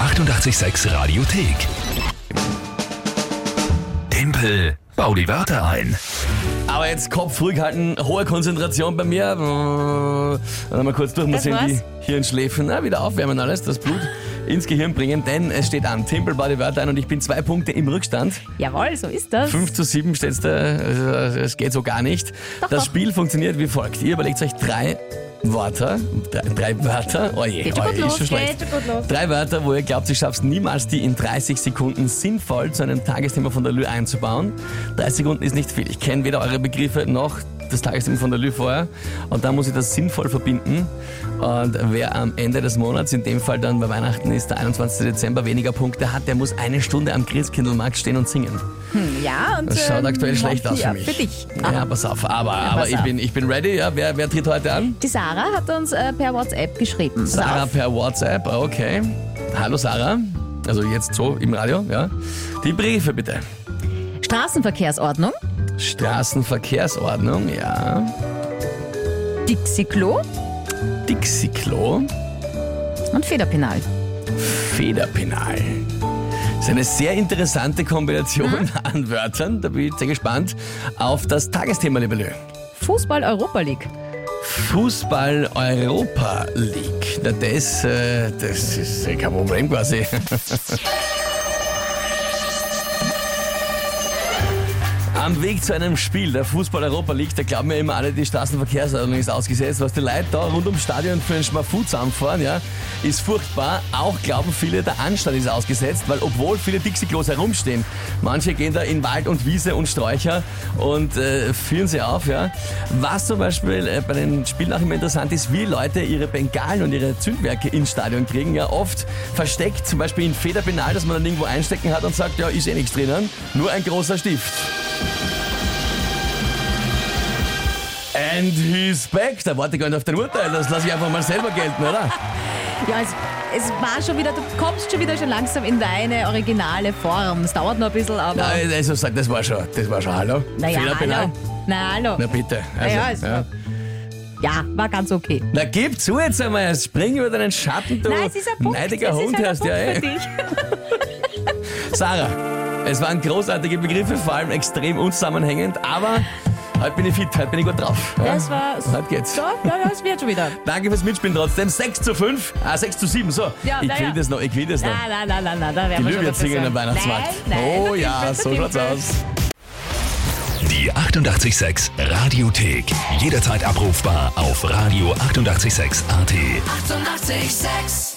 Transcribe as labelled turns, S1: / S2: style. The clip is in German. S1: 886 Radiothek. Tempel, bau die Wörter ein.
S2: Aber jetzt Kopf ruhig halten, hohe Konzentration bei mir. Äh, Dann einmal kurz durch, muss
S3: Das war's?
S2: die Hirnschläfen ah, wieder aufwärmen alles, das Blut ins Gehirn bringen, denn es steht an. Tempel bau die Wörter ein und ich bin zwei Punkte im Rückstand.
S3: Jawohl, so ist das.
S2: 5 zu 7 steht da, also, es geht so gar nicht. Das
S3: doch.
S2: Spiel funktioniert wie folgt. Ihr überlegt euch drei Wörter, drei, drei Wörter, oh je,
S3: Geht
S2: oh je
S3: schon gut
S2: ist
S3: los,
S2: schon schlecht.
S3: geht schon gut los.
S2: Drei Wörter, wo ihr glaubt, ihr schafft niemals, die in 30 Sekunden sinnvoll zu einem Tagesthema von der Lü einzubauen. 30 Sekunden ist nicht viel. Ich kenne weder eure Begriffe noch das Tagesthema von der Lü vorher. Und da muss ich das sinnvoll verbinden. Und wer am Ende des Monats, in dem Fall dann bei Weihnachten ist der 21. Dezember, weniger Punkte hat, der muss eine Stunde am Christkindlmarkt stehen und singen.
S3: Ja, und
S2: Das schaut
S3: ähm,
S2: aktuell schlecht aus
S3: ja,
S2: für mich.
S3: Für dich. Ah,
S2: Ja, pass auf. Aber, aber
S3: pass
S2: ich,
S3: auf.
S2: bin, ich bin ready. Ja, wer, wer tritt heute an?
S3: Die Sarah hat uns äh, per WhatsApp geschrieben. Pass
S2: Sarah
S3: auf.
S2: per WhatsApp. Okay. Hallo Sarah. Also jetzt so im Radio, ja. Die Briefe bitte.
S3: Straßenverkehrsordnung,
S2: Straßenverkehrsordnung, ja.
S3: Dixie-Klo
S2: Dixie-Klo,
S3: und Federpenal.
S2: Federpenal. Das ist eine sehr interessante Kombination
S3: Mhm.
S2: an Wörtern. Da bin ich sehr gespannt auf das Tagesthema, liebe Lö.
S3: Fußball-Europa League.
S2: Fußball-Europa League. Na, das, äh, das ist äh, kein Problem quasi. Am Weg zu einem Spiel der Fußball-Europa League, da glauben ja immer alle, die Straßenverkehrsordnung ist ausgesetzt. Was die Leute da rund ums Stadion für einen Schmafu zusammenfahren, ja, ist furchtbar. Auch glauben viele, der Anstand ist ausgesetzt, weil obwohl viele Dixie-Klos herumstehen, manche gehen da in Wald und Wiese und Sträucher und äh, führen sie auf. Ja. Was zum Beispiel äh, bei den Spielen auch immer interessant ist, wie Leute ihre Bengalen und ihre Zündwerke ins Stadion kriegen. Ja, oft versteckt, zum Beispiel in Federpenal, dass man dann irgendwo einstecken hat und sagt, ja, ist eh nichts drinnen, nur ein großer Stift. And he's back. Da warte ich gar nicht auf den Urteil. Das lasse ich einfach mal selber gelten, oder?
S3: Ja, es, es war schon wieder, du kommst schon wieder schon langsam in deine originale Form. Es dauert noch ein bisschen, aber.
S2: Na, also sag, das war schon, das war schon hallo.
S3: naja,
S2: Fehlerpenal.
S3: hallo. Na, hallo.
S2: Na bitte. Also,
S3: ja, ist
S2: ja.
S3: Ja, war ganz okay.
S2: Na gib zu jetzt einmal, spring über deinen Schatten, du
S3: Nein, es ist ein Punkt.
S2: neidiger
S3: es
S2: Hund
S3: ist halt
S2: hast
S3: ein
S2: ja
S3: Punkt
S2: eh.
S3: für dich.
S2: Sarah, es waren großartige Begriffe, vor allem extrem unzusammenhängend, aber heute bin ich fit, heute bin ich gut drauf. Ja?
S3: Das war so.
S2: Heute geht's.
S3: Ja, ja, es wird schon wieder.
S2: Danke fürs Mitspielen trotzdem. 6 zu 5, ah 6 zu 7, so.
S3: Ja,
S2: ich
S3: na
S2: will
S3: ja.
S2: das noch, ich will das noch.
S3: Nein, nein, nein, nein, nein, da
S2: Die
S3: werden wir
S2: Löwe
S3: schon
S2: wird singen
S3: besser.
S2: am Weihnachtsmarkt.
S3: Nein, nein,
S2: oh
S3: das
S2: ja,
S3: ist
S2: so
S3: das
S2: schaut's
S3: Timpel.
S2: aus.
S1: Die 886 Radiothek. Jederzeit abrufbar auf radio886.at. 886!
S4: 886